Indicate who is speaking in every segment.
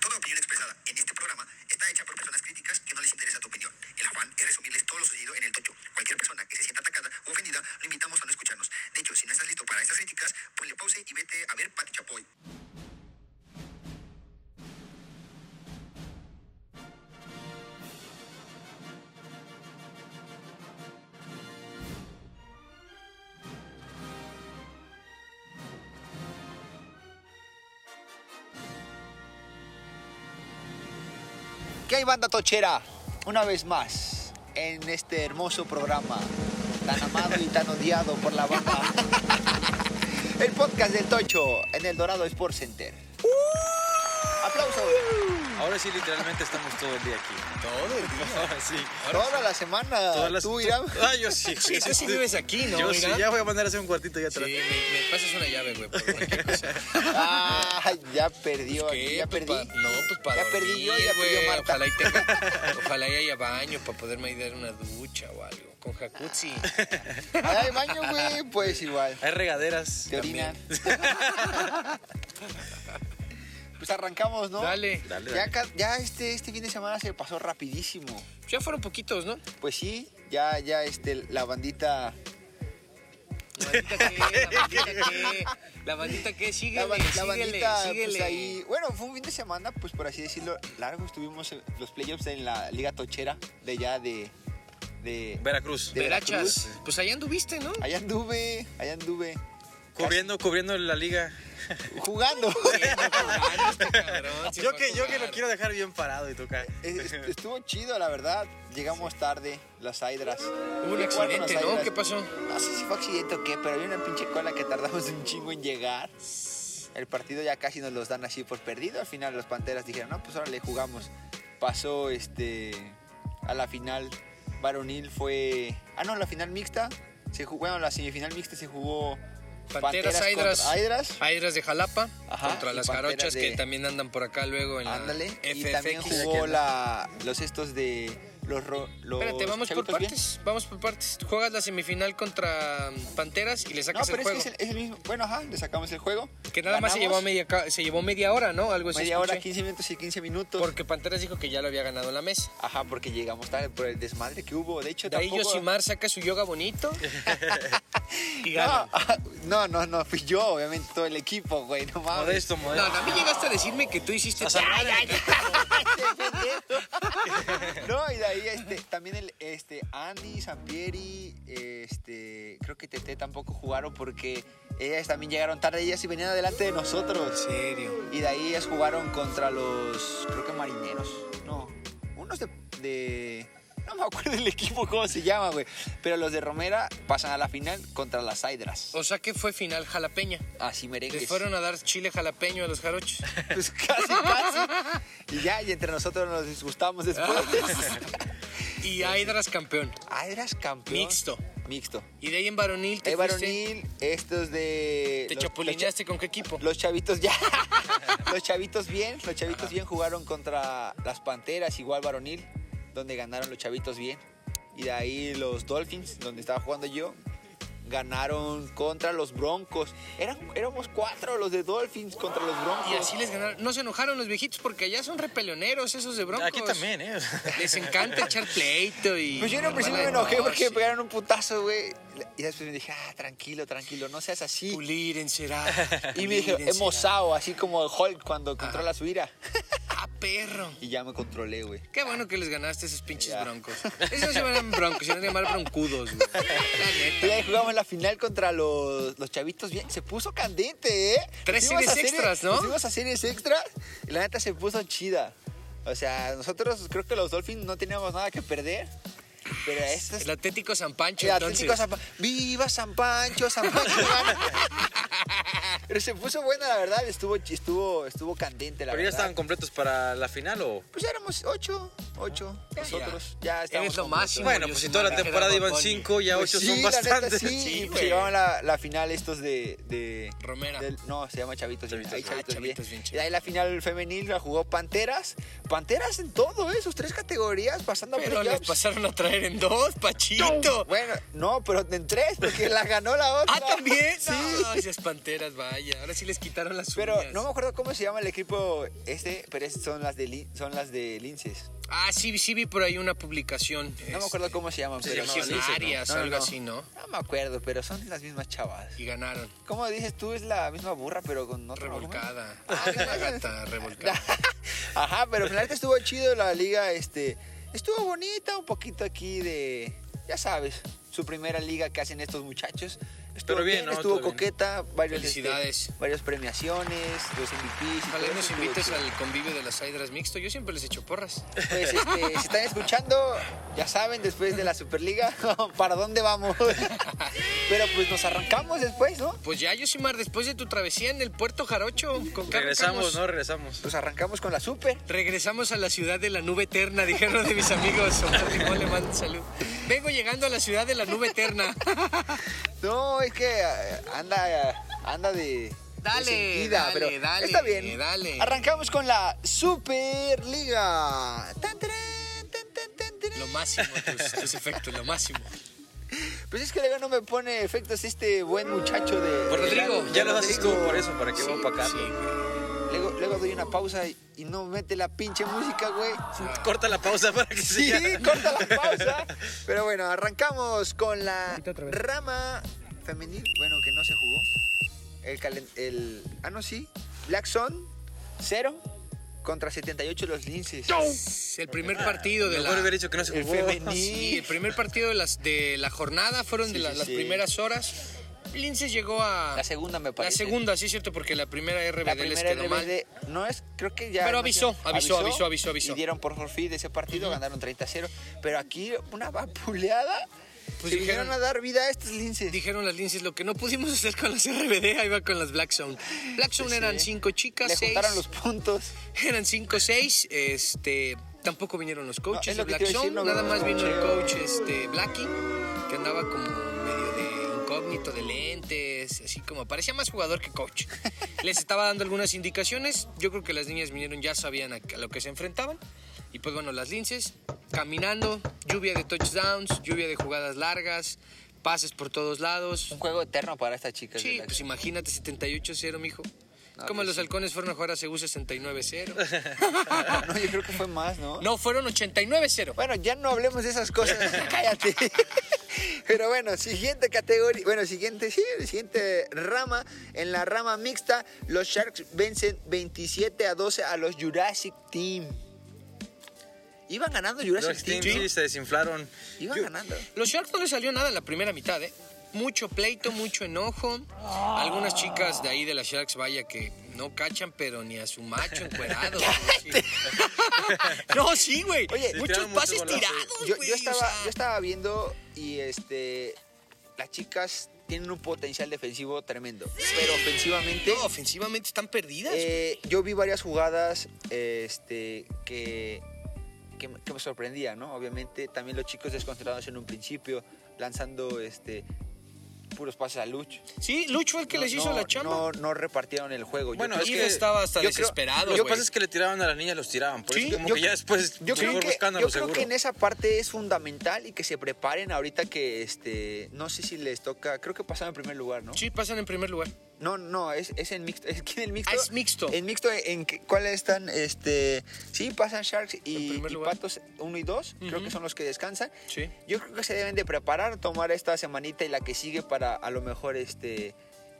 Speaker 1: Toda opinión expresada en este programa está hecha por personas críticas que no les interesa tu opinión. El afán es resumirles todo lo sucedido en el tocho. Cualquier persona que se sienta atacada o ofendida, lo invitamos a no escucharnos. De hecho, si no estás listo para estas críticas, ponle pause y vete a ver Pati Chapoy.
Speaker 2: ¿Qué hay banda tochera? Una vez más, en este hermoso programa, tan amado y tan odiado por la banda. El podcast del Tocho en el Dorado Sports Center.
Speaker 3: ¡Uh!
Speaker 2: Aplausos.
Speaker 4: Ahora sí, literalmente estamos todo el día aquí.
Speaker 2: Todo el
Speaker 4: sí.
Speaker 2: Toda la semana.
Speaker 4: Todas las-
Speaker 2: Tú, Irán.
Speaker 4: Ah, yo sí.
Speaker 3: Sí, tú sí vives aquí, ¿no,
Speaker 4: Yo sí,
Speaker 3: Irán?
Speaker 4: ya voy a mandar a hacer un cuartito ya
Speaker 3: Sí,
Speaker 4: atrás.
Speaker 3: me, me pasas una llave, güey, por cualquier cosa.
Speaker 2: Ah, ya perdió aquí,
Speaker 3: ¿Qué?
Speaker 2: ya
Speaker 3: Pues
Speaker 2: perdí.
Speaker 3: pa- no, pues para
Speaker 2: Ya perdí yo, ya perdió Marta.
Speaker 3: Ojalá y, tenga- ojalá y haya baño para poderme ir a dar una ducha o algo. Con jacuzzi.
Speaker 2: Allá hay baño, güey, pues igual.
Speaker 4: Hay regaderas.
Speaker 2: Te
Speaker 4: también.
Speaker 2: orinas. Pues arrancamos, ¿no?
Speaker 3: Dale.
Speaker 4: Dale,
Speaker 2: Ya,
Speaker 4: dale.
Speaker 2: ca- ya este, este fin de semana se pasó rapidísimo.
Speaker 3: Ya fueron poquitos, ¿no?
Speaker 2: Pues sí, ya, ya este, la bandita.
Speaker 3: ¿La bandita qué? ¿La bandita qué? ¿La bandita qué? Síguele,
Speaker 2: la ba- la
Speaker 3: síguele,
Speaker 2: bandita,
Speaker 3: síguele.
Speaker 2: pues ahí. Bueno, fue un fin de semana, pues por así decirlo, largo. Estuvimos en los playoffs en la Liga Tochera de allá de. de
Speaker 4: Veracruz.
Speaker 2: De
Speaker 3: Verachas.
Speaker 2: Veracruz.
Speaker 3: Pues allá anduviste, ¿no?
Speaker 2: allá anduve, allá anduve.
Speaker 4: Cubriendo, cubriendo la liga.
Speaker 2: Jugando.
Speaker 3: Ah, este
Speaker 4: Yo que, yo que lo quiero dejar bien parado y tocar.
Speaker 2: Es- Estuvo chido, la verdad. Llegamos tarde, las hydras.
Speaker 3: Hubo un accidente, ¿no? ¿Qué pasó?
Speaker 2: No sé si fue accidente o qué, pero había una pinche cola que tardamos un chingo en llegar. El partido ya casi nos los dan así por perdido. Al final los Panteras dijeron, no, pues ahora le jugamos. Pasó este a la final varonil fue... Ah, no, la final mixta. Se jugó, bueno, la semifinal mixta se jugó...
Speaker 3: Panteras Ah, Aydras.
Speaker 2: contra Aydras.
Speaker 3: Aydras de Jalapa
Speaker 2: Ajá,
Speaker 3: contra
Speaker 2: y
Speaker 3: las
Speaker 2: Panteras
Speaker 3: jarochas
Speaker 2: de-
Speaker 3: que también andan por acá luego en la
Speaker 2: Ándale. Y
Speaker 3: FFX.
Speaker 2: también jugó la, los estos de... Los, ro- los
Speaker 3: Espérate, vamos por
Speaker 2: chavitos bien.
Speaker 3: partes, vamos por partes. Tú juegas la semifinal contra mm, Panteras y le
Speaker 2: No,
Speaker 3: sacas
Speaker 2: pero
Speaker 3: el
Speaker 2: es que
Speaker 3: juego.
Speaker 2: es el, es el mismo. Bueno, ajá, le sacamos el juego.
Speaker 3: Que nada más se llevó,
Speaker 2: Ganamos.
Speaker 3: media, ca- se llevó media hora, ¿no? Algo así.
Speaker 2: Media hora,
Speaker 3: Pues escuché.
Speaker 2: 15 minutos y 15 minutos.
Speaker 3: Porque Panteras dijo que ya lo había ganado en la mesa.
Speaker 2: Ajá, porque llegamos tarde por el desmadre que hubo. De hecho,
Speaker 3: De ahí
Speaker 2: tampoco...
Speaker 3: Yosimar saca su yoga bonito y
Speaker 2: no, ah,
Speaker 3: gana.
Speaker 2: no, no, no, fui yo, obviamente, todo el equipo, güey, no mames.
Speaker 4: Modesto,
Speaker 3: No,
Speaker 4: modesto.
Speaker 3: no, a mí llegaste a decirme que tú hiciste... Ya, ya, ya.
Speaker 2: No, y de ahí este, también el, este, Andy, Sampieri, este, creo que Tete tampoco jugaron porque ellas también llegaron tarde, ellas y venían adelante de nosotros.
Speaker 3: En serio.
Speaker 2: Y de ahí ellas jugaron contra los, creo que marineros. No, unos de, de- No me acuerdo el equipo cómo se llama, güey. Pero los de Romera pasan a la final contra las Hydras.
Speaker 3: O sea que fue final jalapeña.
Speaker 2: Así merengues.
Speaker 3: Les fueron a dar chile jalapeño a los jarochos.
Speaker 2: Pues casi, casi. Y ya, y entre nosotros nos disgustamos después.
Speaker 3: Y Aydras campeón.
Speaker 2: Hydras Ah, campeón.
Speaker 3: Mixto.
Speaker 2: Mixto.
Speaker 3: Y de ahí en varonil te
Speaker 2: El
Speaker 3: fuiste-
Speaker 2: varonil, estos de...
Speaker 3: ¿Te
Speaker 2: los- los
Speaker 3: chapulineaste con qué equipo?
Speaker 2: Los chavitos ya. los chavitos bien, los chavitos bien jugaron contra las Panteras, igual varonil, donde ganaron los chavitos bien. Y de ahí los Dolphins, donde estaba jugando yo, ganaron contra los Broncos. Eran, éramos cuatro los de Dolphins contra los Broncos.
Speaker 3: Y así les ganaron. No se enojaron los viejitos porque allá son repeleoneros esos de broncos.
Speaker 4: Aquí también, ¿eh?
Speaker 3: Les encanta echar pleito y...
Speaker 2: Pues yo en un principio me
Speaker 3: Ay,
Speaker 2: enojé
Speaker 3: no,
Speaker 2: porque me
Speaker 3: sí.
Speaker 2: pegaron un putazo, güey. Y después me dije, ah, tranquilo, tranquilo, no seas así.
Speaker 3: Pulir, encerar.
Speaker 2: Y
Speaker 3: pulir,
Speaker 2: me dije,
Speaker 3: encerar.
Speaker 2: emozao, así como Hulk cuando controla su ira.
Speaker 3: Ah, perro.
Speaker 2: Y ya me controlé, güey.
Speaker 3: Qué bueno que les ganaste esos pinches
Speaker 2: Ya.
Speaker 3: broncos. Esos no se llaman broncos, se van a llamar broncudos, güey. La neta.
Speaker 2: Y ahí jugamos la final contra los, los chavitos bien. Se puso candente, ¿eh?
Speaker 3: Tres
Speaker 2: Nos fuimos
Speaker 3: series
Speaker 2: a serie-
Speaker 3: extras, ¿no?
Speaker 2: Nos fuimos a series extras y la neta se puso chida. O sea, nosotros creo que los Dolphins no teníamos nada que perder. Pero esta es
Speaker 3: El Atlético San Pancho,
Speaker 2: el
Speaker 3: entonces.
Speaker 2: Atlético San Pa- ¡Viva San Pancho! ¡San Pancho gana! Pero se puso buena, la verdad. Estuvo, chi- estuvo, estuvo candente, la
Speaker 4: ¿Pero ya
Speaker 2: verdad.
Speaker 4: estaban completos para la final o...?
Speaker 2: Pues ya éramos ocho. ocho,
Speaker 3: Ya.
Speaker 2: nosotros ya estamos.
Speaker 3: Eres lo
Speaker 2: completos.
Speaker 3: máximo.
Speaker 4: Bueno,
Speaker 3: Yo
Speaker 4: pues si
Speaker 3: soy
Speaker 4: toda la
Speaker 3: Mariano
Speaker 4: temporada iban
Speaker 3: Borboni.
Speaker 4: 5, ya
Speaker 2: Pues
Speaker 4: 8
Speaker 2: sí,
Speaker 4: son
Speaker 2: la neta,
Speaker 4: bastantes.
Speaker 2: sí,
Speaker 3: Sí,
Speaker 2: y pues
Speaker 3: güey.
Speaker 2: llevaban la, la final estos de... de
Speaker 3: Romera.
Speaker 2: del- no, se llama Chavitos, bien.
Speaker 3: Chavitos
Speaker 2: Ahí
Speaker 3: bien.
Speaker 2: Chavitos
Speaker 3: Ah,
Speaker 2: bien.
Speaker 3: Chavitos bien,
Speaker 2: Y ahí la final femenil la jugó Panteras. Panteras en todo, ¿eh? Sus tres categorías, pasando a
Speaker 3: Pero les
Speaker 2: playoffs.
Speaker 3: pasaron a traer en dos, Pachito.
Speaker 2: Bueno, no, pero en tres, porque la ganó la otra.
Speaker 3: Ah, también.
Speaker 2: Sí.
Speaker 3: No, esas panteras, vaya. Ahora sí les quitaron las
Speaker 2: Pero
Speaker 3: uñas.
Speaker 2: no me acuerdo cómo se llama el equipo este, pero es- son las de Lin- son las de Linces.
Speaker 3: Ah, sí, sí vi por ahí una publicación.
Speaker 2: No me acuerdo cómo se llaman,
Speaker 3: Este, Se
Speaker 2: pero
Speaker 3: llamaban
Speaker 2: Linces, ¿no?
Speaker 3: Arias, algo así, ¿no?
Speaker 2: No me acuerdo, pero son las mismas chavas.
Speaker 3: Y ganaron.
Speaker 2: Como dices tú, es la misma burra, pero con otro
Speaker 3: Revolcada.
Speaker 2: nombre.
Speaker 3: La gata revolcada.
Speaker 2: Ajá, pero al final estuvo chido la liga, este, estuvo bonita, un poquito aquí de, ya sabes, su primera liga que hacen estos muchachos. Estuvo
Speaker 4: Pero bien, ¿no?
Speaker 2: estuvo
Speaker 4: Todo bien.
Speaker 2: coqueta, varios, este,
Speaker 3: Felicidades.
Speaker 2: varias premiaciones, los MVPs. y
Speaker 3: Ojalá
Speaker 2: todo
Speaker 3: y nos
Speaker 2: eso estuvo
Speaker 3: invites
Speaker 2: chido.
Speaker 3: al convivio de las Hydras mixto. Yo siempre les echo porras.
Speaker 2: Pues este, si están escuchando, ya saben, después de la Superliga, ¿para dónde vamos? Pero pues nos arrancamos después, ¿no?
Speaker 3: Pues ya, Yosimar, después de tu travesía en el Puerto Jarocho, con Carlos
Speaker 4: Regresamos,
Speaker 3: Camus,
Speaker 4: ¿no? Regresamos.
Speaker 2: Nos arrancamos con la Super.
Speaker 3: Regresamos a la ciudad de la nube eterna, dijeron de mis amigos. Omar Limón le manda salud. Vengo llegando a la ciudad de la nube eterna.
Speaker 2: No, es que eh, anda, anda de.
Speaker 3: Dale,
Speaker 2: de sentida,
Speaker 3: dale,
Speaker 2: pero
Speaker 3: dale,
Speaker 2: Está bien.
Speaker 3: dale.
Speaker 2: Arrancamos con la Superliga. Tan, tarán, tan, tan, tan, tarán.
Speaker 3: Lo máximo, tus, tus efectos, lo máximo.
Speaker 2: Pues es que luego no me pone efectos este buen muchacho de.
Speaker 3: Por Rodrigo,
Speaker 2: de
Speaker 4: Ya lo haces tú
Speaker 2: Pues, Rodrigo.
Speaker 4: por eso, para que
Speaker 3: Sí,
Speaker 4: vamos para acá.
Speaker 3: sí, güey.
Speaker 2: Luego, luego doy una pausa y, y no mete la pinche música, güey.
Speaker 4: Corta la pausa para que
Speaker 2: Sí,
Speaker 4: siga.
Speaker 2: corta la pausa. Pero bueno, arrancamos con la
Speaker 3: Ahorita otra vez.
Speaker 2: rama femenil. Bueno, que no se jugó. El, calen- el Ah, no, sí. Black Sun, 0 contra 78 los linces.
Speaker 3: El primer partido de
Speaker 4: Ah, Mejor hubiera
Speaker 3: la...
Speaker 4: dicho que no se
Speaker 2: El
Speaker 4: jugó.
Speaker 2: femenil.
Speaker 3: Sí, el primer partido de, las, de la jornada fueron de
Speaker 2: Sí,
Speaker 3: la-
Speaker 2: sí,
Speaker 3: las
Speaker 2: sí.
Speaker 3: primeras horas. Linces llegó a...
Speaker 2: La segunda, me
Speaker 3: La
Speaker 2: parece.
Speaker 3: segunda, sí es cierto, porque la primera RBD
Speaker 2: La
Speaker 3: les
Speaker 2: primera
Speaker 3: quedó mal.
Speaker 2: RBD, no es, creo que ya.
Speaker 3: Pero
Speaker 2: no
Speaker 3: avisó,
Speaker 2: sé,
Speaker 3: avisó, avisó, avisó, avisó.
Speaker 2: Y dieron por forfait de ese partido, ganaron 30-0. Pero aquí una vapuleada.
Speaker 3: Pues
Speaker 2: se
Speaker 3: dijeron-
Speaker 2: vinieron a dar vida a estos linces.
Speaker 3: Dijeron las linces lo que no pudimos hacer con las RBD, ahí va con las Black Zone. Black Zone
Speaker 2: Sí.
Speaker 3: eran cinco chicas,
Speaker 2: Le
Speaker 3: seis.
Speaker 2: juntaron los puntos.
Speaker 3: Eran cinco, seis. Este, tampoco vinieron los
Speaker 2: No,
Speaker 3: coaches
Speaker 2: es lo
Speaker 3: de
Speaker 2: que
Speaker 3: Black
Speaker 2: te iba a decir,
Speaker 3: Zone.
Speaker 2: no
Speaker 3: Nada
Speaker 2: vino
Speaker 3: más
Speaker 2: el
Speaker 3: vino el
Speaker 2: coacheo.
Speaker 3: coach este, Blackie, que andaba como medio de incógnito, de lentes, así como parecía más jugador que coach. Les estaba dando algunas indicaciones. Yo creo que las niñas vinieron ya sabían a a lo que se enfrentaban. Y pues bueno, las linces, caminando, lluvia de touchdowns, lluvia de jugadas largas, pases por todos lados.
Speaker 2: Un juego eterno para estas chicas. de
Speaker 3: Sí,
Speaker 2: la-
Speaker 3: pues imagínate 78-0, mijo.
Speaker 2: No,
Speaker 3: Como
Speaker 2: pues
Speaker 3: los
Speaker 2: sí.
Speaker 3: halcones fueron a jugar a Seúl 69-0.
Speaker 2: No, yo creo que fue más, ¿no?
Speaker 3: No, fueron 89-0.
Speaker 2: Bueno, ya no hablemos de esas cosas. Cállate. Pero bueno, siguiente categoría. Bueno, siguiente, sí, siguiente rama. En la rama mixta, los Sharks vencen 27 a 12 a los Jurassic Team. Iban ganando Jurassic
Speaker 4: Los
Speaker 2: Team.
Speaker 4: Team sí
Speaker 2: ¿no?
Speaker 4: se desinflaron.
Speaker 2: Iban
Speaker 4: Yo-
Speaker 2: ganando.
Speaker 3: Los Sharks no les salió nada en la primera mitad, ¿eh? Mucho pleito, mucho enojo. Algunas chicas de ahí de las Sharks, vaya que no cachan, pero ni a su macho encuerado. güey, sí. no, sí, güey.
Speaker 2: Oye,
Speaker 4: Le
Speaker 3: muchos
Speaker 4: tiraron muchos
Speaker 3: pases
Speaker 4: golazos.
Speaker 3: tirados,
Speaker 2: Yo,
Speaker 3: güey,
Speaker 2: yo
Speaker 3: o
Speaker 2: estaba,
Speaker 3: sea,
Speaker 2: yo estaba viendo y este. Las chicas tienen un potencial defensivo tremendo. Pero ofensivamente.
Speaker 3: no, ofensivamente están perdidas.
Speaker 2: Eh, yo vi varias jugadas este, que, que, me- que me sorprendían, ¿no? Obviamente, también los chicos descontrolados en un principio, lanzando este, puros pases a Luch.
Speaker 3: sí, Lucho fue el que
Speaker 2: No-
Speaker 3: les hizo
Speaker 2: no-
Speaker 3: la chamba.
Speaker 2: No, no repartieron el juego. Yo
Speaker 4: Bueno,
Speaker 2: creo-
Speaker 4: es
Speaker 3: Ibe
Speaker 4: que
Speaker 3: estaba hasta
Speaker 2: yo creo-
Speaker 3: desesperado,
Speaker 4: Lo que
Speaker 3: güey.
Speaker 4: pasa es que le tiraban a las niñas, los tiraban. Por
Speaker 3: Sí,
Speaker 4: eso como
Speaker 2: yo
Speaker 4: que
Speaker 2: creo-
Speaker 4: ya después
Speaker 2: yo creo,
Speaker 4: siguieron
Speaker 2: que,
Speaker 4: buscándolo,
Speaker 2: yo creo
Speaker 4: seguro.
Speaker 2: que en esa parte es fundamental y que se preparen ahorita que, este, no sé si les toca, creo que pasaron en primer lugar, ¿no?
Speaker 3: Sí, pasan en primer lugar.
Speaker 2: No, no, es, es en mixto. Es que en el mixto.
Speaker 3: Ah, es mixto.
Speaker 2: En mixto, ¿en qué- cuáles están? Este, sí, pasan Sharks
Speaker 3: En
Speaker 2: y,
Speaker 3: primer
Speaker 2: y
Speaker 3: lugar.
Speaker 2: Patos 1 y 2. Creo
Speaker 3: Ujú.
Speaker 2: que son los que descansan.
Speaker 3: Sí.
Speaker 2: Yo creo que se deben de preparar, tomar esta semanita y la que sigue para a lo mejor este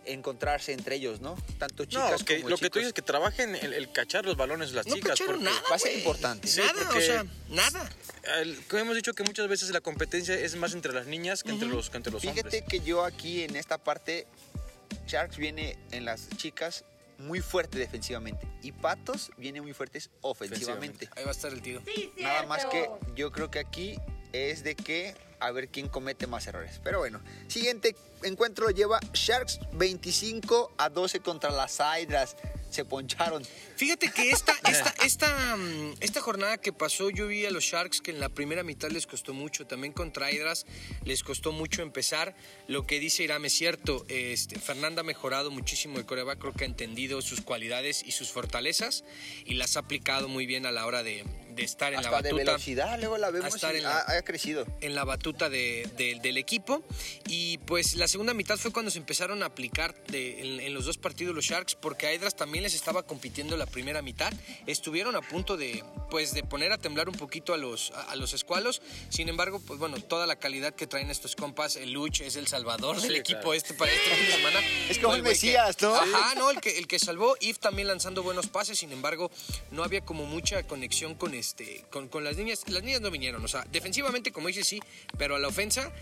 Speaker 2: encontrarse entre ellos, ¿no? Tanto
Speaker 4: No,
Speaker 2: chicas
Speaker 4: que
Speaker 2: como
Speaker 4: lo que tú
Speaker 2: chicos.
Speaker 4: dices que trabajen el, el cachar los balones las
Speaker 3: No
Speaker 4: chicas.
Speaker 3: cacharon
Speaker 4: porque
Speaker 3: nada,
Speaker 2: va a ser
Speaker 3: güey.
Speaker 2: importante.
Speaker 4: Sí,
Speaker 3: Nada, o
Speaker 4: porque-
Speaker 3: sea, nada.
Speaker 4: el- como hemos dicho que muchas veces la competencia es más entre las niñas que entre los, que entre los
Speaker 2: Fíjate
Speaker 4: hombres.
Speaker 2: que yo aquí en esta parte, Sharks viene en las chicas muy fuerte defensivamente y Patos viene muy fuertes ofensivamente.
Speaker 3: Ahí va a estar el tío.
Speaker 2: Nada más que yo creo que aquí es de que a ver quién comete más errores. Pero bueno, siguiente encuentro lleva Sharks 25 a 12 contra las Hydras. se poncharon.
Speaker 3: Fíjate que esta, esta, esta, mm, esta jornada que pasó, yo vi a los Sharks que en la primera mitad les costó mucho. También contra Hydras les costó mucho empezar. Lo que dice Irame es cierto. Este, Fernanda ha mejorado muchísimo el coreback. Creo que ha entendido sus cualidades y sus fortalezas y las ha aplicado muy bien a la hora de, de estar en la
Speaker 2: Hasta de
Speaker 3: batuta.
Speaker 2: velocidad, luego la vemos
Speaker 3: estar
Speaker 2: y
Speaker 3: en la-
Speaker 2: ha- ha crecido.
Speaker 3: en la batuta de- de- del equipo. Y pues la segunda mitad fue cuando se empezaron a aplicar de- en, en los dos partidos los Sharks, porque a Hydras también les estaba compitiendo la primera mitad. Estuvieron a punto de, pues, de poner a temblar un poquito a los, a, a los escualos. Sin embargo, pues bueno, toda la calidad que traen estos compas, el Luch es el salvador del
Speaker 4: Sí,
Speaker 3: equipo
Speaker 4: claro.
Speaker 3: este para este fin de semana.
Speaker 2: Es como
Speaker 3: Fue
Speaker 2: el
Speaker 3: güey que-
Speaker 2: Mesías, ¿no?
Speaker 3: Ajá, Ah, no, el que, el que salvó, If también lanzando buenos pases, sin embargo, no había como mucha conexión con este, con, con las niñas. Las niñas no vinieron, o sea, defensivamente, como dices, sí, pero a la ofensa,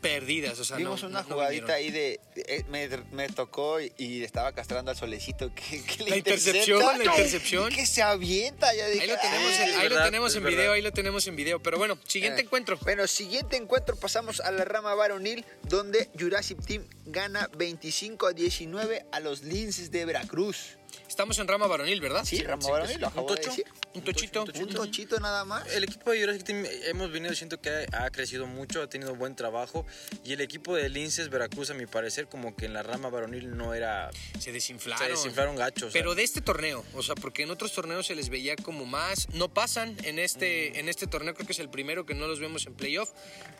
Speaker 3: perdidas. O sea,
Speaker 2: Vimos
Speaker 3: no-
Speaker 2: una
Speaker 3: no
Speaker 2: jugadita
Speaker 3: vinieron.
Speaker 2: ahí de. eh, me, me tocó y, y estaba castrando al solecito. Que, que le
Speaker 3: La intercepción,
Speaker 2: intercepta,
Speaker 3: la
Speaker 2: ¿no?
Speaker 3: intercepción.
Speaker 2: Y Que se avienta. ya dije,
Speaker 3: Ahí lo tenemos,
Speaker 2: "Ah".
Speaker 3: en-
Speaker 4: es
Speaker 3: ahí lo
Speaker 4: verdad,
Speaker 3: tenemos
Speaker 4: es
Speaker 3: en
Speaker 4: verdad.
Speaker 3: video, ahí lo tenemos en video. Pero bueno, siguiente
Speaker 2: Eh,
Speaker 3: encuentro.
Speaker 2: Bueno, siguiente encuentro pasamos a la rama varonil, donde Jurassic Team gana 25 a 19 a los Linces de Veracruz.
Speaker 3: Estamos en rama varonil, ¿verdad?
Speaker 2: Sí, rama varonil, lo
Speaker 3: Un
Speaker 2: acabo de
Speaker 3: tocho,
Speaker 2: decir.
Speaker 3: un tochito.
Speaker 4: Un tocho,
Speaker 2: Un tochito nada más.
Speaker 4: El equipo de Jurassic Team eh, hemos venido, siento que ha, ha crecido mucho, ha tenido buen trabajo. Y el equipo de Linces Veracruz, a mi parecer, como que en la rama varonil no era.
Speaker 3: Se desinflaron.
Speaker 4: Se desinflaron gachos. ¿eh?
Speaker 3: Pero de este torneo, o sea, porque en otros torneos se les veía como más, no pasan en este,
Speaker 4: Mm.
Speaker 3: en este torneo, creo que es el primero que no los vemos en playoff,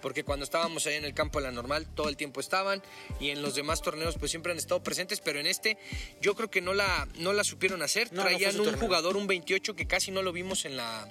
Speaker 3: porque cuando estábamos ahí en el campo de la normal todo el tiempo estaban y en los demás torneos pues siempre han estado presentes, pero en este yo creo que no la, no la supieron hacer,
Speaker 4: No, no fue
Speaker 3: traían
Speaker 4: su
Speaker 3: un
Speaker 4: torneo.
Speaker 3: jugador, un 28 que casi no lo vimos en la...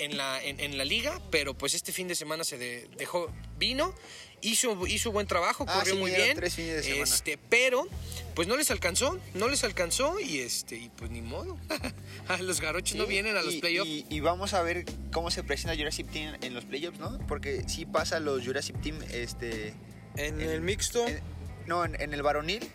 Speaker 3: En la, en, en la liga, pero pues este fin de semana se de- dejó, vino, hizo, hizo buen trabajo,
Speaker 2: Ah,
Speaker 3: corrió
Speaker 2: sí,
Speaker 3: muy
Speaker 2: vinieron
Speaker 3: bien.
Speaker 2: tres fines de semana.
Speaker 3: Este, pero pues no les alcanzó, no les alcanzó y este y pues ni modo. a los garochos no
Speaker 2: Sí,
Speaker 3: vienen a los
Speaker 2: y-
Speaker 3: playoffs.
Speaker 2: Y, y vamos a ver cómo se presenta Jurassic Team en los playoffs, ¿no? Porque sí pasa los Jurassic Team este,
Speaker 4: en el mixto.
Speaker 2: en- no, en, en el varonil.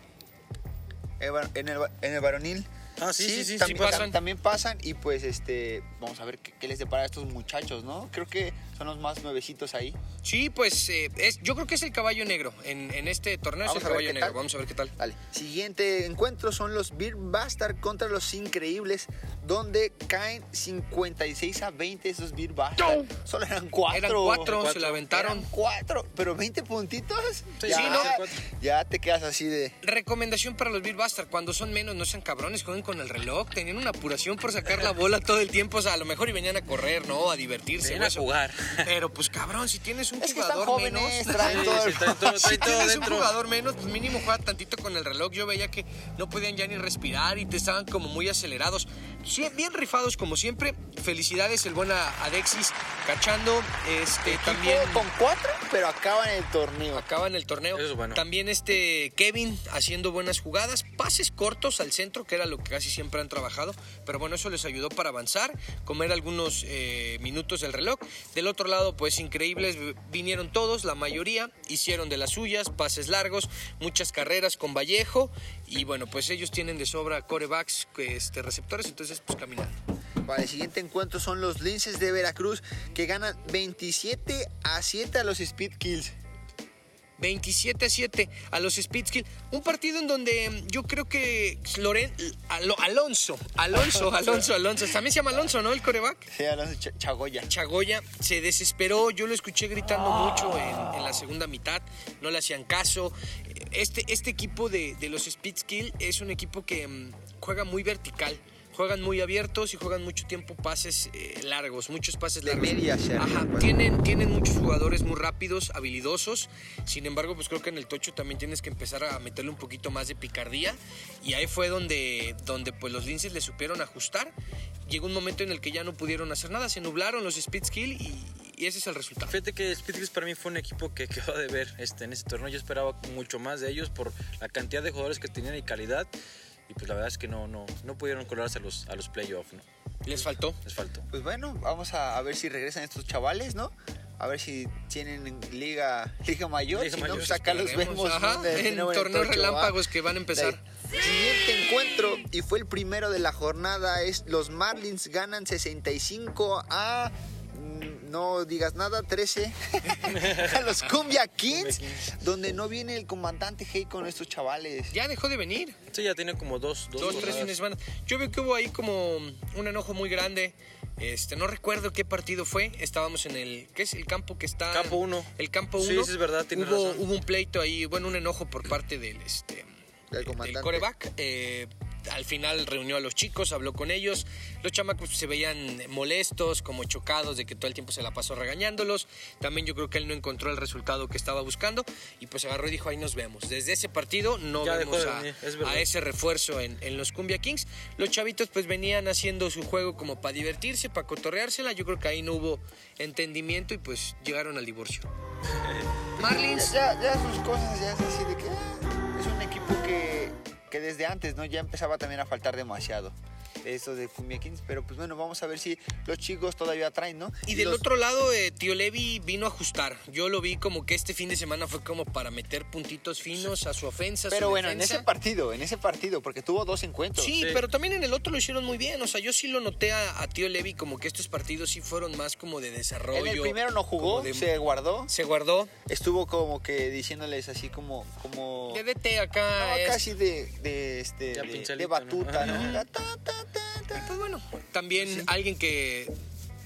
Speaker 2: el va- En el, va- en el varonil.
Speaker 4: Ah, sí, sí, sí, sí
Speaker 2: también,
Speaker 3: pasan.
Speaker 2: tam- también pasan y pues este vamos a ver qué, qué les depara a estos muchachos, ¿no? Creo que son los más nuevecitos ahí.
Speaker 3: Sí, pues eh, es, yo creo que es el caballo negro. En, en este torneo
Speaker 2: Vamos
Speaker 3: es
Speaker 2: a ver
Speaker 3: el caballo
Speaker 2: qué
Speaker 3: negro.
Speaker 2: tal.
Speaker 3: Vamos a ver qué tal.
Speaker 2: Dale. Siguiente encuentro son los Beer Bastard contra los Increíbles, donde caen 56 a 20 esos Beer Bastard. Solo eran cuatro.
Speaker 3: Eran cuatro, se la aventaron.
Speaker 2: Eran cuatro, pero 20 puntitos.
Speaker 4: Sí,
Speaker 2: ya,
Speaker 3: sí, ¿no?
Speaker 2: ya te quedas así de.
Speaker 3: Recomendación para los Bill Bastard, cuando son menos, no sean cabrones, jueguen con el reloj, tenían una apuración por sacar la bola todo el tiempo, o sea, a lo mejor y venían a correr, ¿no? A divertirse.
Speaker 4: Venían
Speaker 3: o
Speaker 4: a
Speaker 3: eso.
Speaker 4: jugar.
Speaker 3: Pero pues cabrón, si tienes un
Speaker 2: Es que están
Speaker 3: jugador
Speaker 2: jóvenes,
Speaker 3: menos.
Speaker 2: traen
Speaker 4: Sí,
Speaker 2: todo
Speaker 4: sí,
Speaker 2: el-
Speaker 4: traen todo,
Speaker 3: si
Speaker 4: traen todo
Speaker 3: tienes
Speaker 4: dentro.
Speaker 3: un jugador menos, pues mínimo juega tantito con el reloj. Yo veía que no podían ya ni respirar y te estaban como muy acelerados. Sí, bien rifados como siempre. Felicidades el buen a- Adexis cachando. Este también
Speaker 2: Equipo Con cuatro, pero acaban el torneo.
Speaker 3: acaban el torneo.
Speaker 4: Eso es bueno.
Speaker 3: También este Kevin haciendo buenas jugadas, pases cortos al centro, que era lo que casi siempre han trabajado, pero bueno, eso les ayudó para avanzar, comer algunos eh, minutos del reloj. Del otro lado, pues increíbles, v- vinieron todos, la mayoría, hicieron de las suyas, pases largos, muchas carreras con Vallejo, y bueno, pues ellos tienen de sobra corebacks, este, receptores, entonces pues caminaron.
Speaker 2: Para el siguiente encuentro son los Linces de Veracruz, que ganan 27 a 7 a los Speed Kills.
Speaker 3: 27 a 7 a los Speedskill. Un partido en donde mm, yo creo que Loren, Alo- Alonso, Alonso, Alonso, Alonso. También se llama Alonso, ¿no? El coreback.
Speaker 2: Sí, Alonso Ch- Chagoya.
Speaker 3: Chagoya se desesperó, yo lo escuché gritando mucho en, en la segunda mitad, no le hacían caso. Este, este equipo de, de los Speedskill es un equipo que mm, juega muy vertical. Juegan muy abiertos y juegan mucho tiempo pases eh, largos, muchos pases
Speaker 2: De
Speaker 3: largos.
Speaker 2: media hacia arriba,
Speaker 3: Ajá,
Speaker 2: pues.
Speaker 3: tienen, tienen muchos jugadores muy rápidos, habilidosos. Sin embargo, pues creo que en el tocho también tienes que empezar a meterle un poquito más de picardía. Y ahí fue donde, donde pues los linces le supieron ajustar. Llegó un momento en el que ya no pudieron hacer nada, se nublaron los speed skill y, y ese es el resultado.
Speaker 4: Fíjate que Speedrix para mí fue un equipo que quedó de ver este, en este torneo. Yo esperaba mucho más de ellos por la cantidad de jugadores que tenían y calidad. Y pues la verdad es que no, no, no pudieron colarse a los, a los playoffs, ¿no?
Speaker 3: Les faltó.
Speaker 4: Les faltó.
Speaker 2: Pues bueno, vamos a, a ver si regresan estos chavales, ¿no? A ver si tienen liga, liga mayor.
Speaker 4: Liga
Speaker 2: si no,
Speaker 4: mayor,
Speaker 2: pues acá los
Speaker 3: esperemos.
Speaker 2: vemos ¿no?
Speaker 3: Ajá,
Speaker 2: De- de
Speaker 3: en
Speaker 2: nuevo el
Speaker 3: torneos
Speaker 2: tocho,
Speaker 3: relámpagos
Speaker 2: ¿va?
Speaker 3: que van a empezar.
Speaker 2: De- Siguiente encuentro, y fue el primero de la jornada, es los Marlins ganan 65 a mm, no digas nada, 13, a los Cumbia Kings, donde no viene el comandante Hey con estos chavales.
Speaker 3: Ya dejó de venir.
Speaker 4: Sí, ya tiene como dos, dos,
Speaker 3: dos,
Speaker 4: jornadas.
Speaker 3: tres fines de semana. Yo veo que hubo ahí como un enojo muy grande. Este, no recuerdo qué partido fue. Estábamos en el. ¿Qué es el campo que está?
Speaker 4: Campo uno.
Speaker 3: El campo 1.
Speaker 4: Sí, sí, es verdad, tienes
Speaker 3: hubo,
Speaker 4: razón.
Speaker 3: hubo un pleito ahí, bueno, un enojo por parte del este
Speaker 2: Del comandante.
Speaker 3: coreback. Eh, al final reunió a los chicos, habló con ellos. Los chamacos se veían molestos, como chocados de que todo el tiempo se la pasó regañándolos. También yo creo que él no encontró el resultado que estaba buscando y pues agarró y dijo, ahí nos vemos. Desde ese partido no
Speaker 4: Ya dejó
Speaker 3: vemos
Speaker 4: de
Speaker 3: a-
Speaker 4: venir, es
Speaker 3: a
Speaker 4: verdad.
Speaker 3: ese ese refuerzo en, en los Cumbia Kings. Los chavitos pues venían haciendo su juego como para divertirse, para cotorreársela. Yo creo que ahí no hubo entendimiento y pues llegaron al divorcio. Marlins,
Speaker 2: Ya, ya sus cosas ya es así de que ah, es un equipo que, que desde antes no ya empezaba también a faltar demasiado. Eso de Cumbia Kings, pero pues bueno, vamos a ver si los chicos todavía traen, ¿no?
Speaker 3: y del
Speaker 2: los-
Speaker 3: otro lado, eh, Tío Levi vino a ajustar. Yo lo vi como que este fin de semana fue como para meter puntitos finos a su ofensa. a su
Speaker 2: Pero bueno, en
Speaker 3: defensa.
Speaker 2: ese partido, en ese partido, porque tuvo dos encuentros.
Speaker 3: Sí,
Speaker 4: Sí.
Speaker 3: pero también en el otro lo hicieron muy bien. O sea, yo sí lo noté a, a Tío Levi como que estos partidos sí fueron más como de desarrollo.
Speaker 2: En el primero no jugó,
Speaker 3: como de-
Speaker 2: se guardó.
Speaker 3: se guardó.
Speaker 2: Estuvo como que diciéndoles así como... como
Speaker 3: De DT acá.
Speaker 2: Oh. no,
Speaker 3: este,
Speaker 2: casi de, de, este,
Speaker 4: Ya
Speaker 2: de, de
Speaker 4: pincelito,
Speaker 2: batuta,
Speaker 4: ¿no?
Speaker 2: ¿no? Ta, ta, ta, ta.
Speaker 3: Pues bueno, también alguien que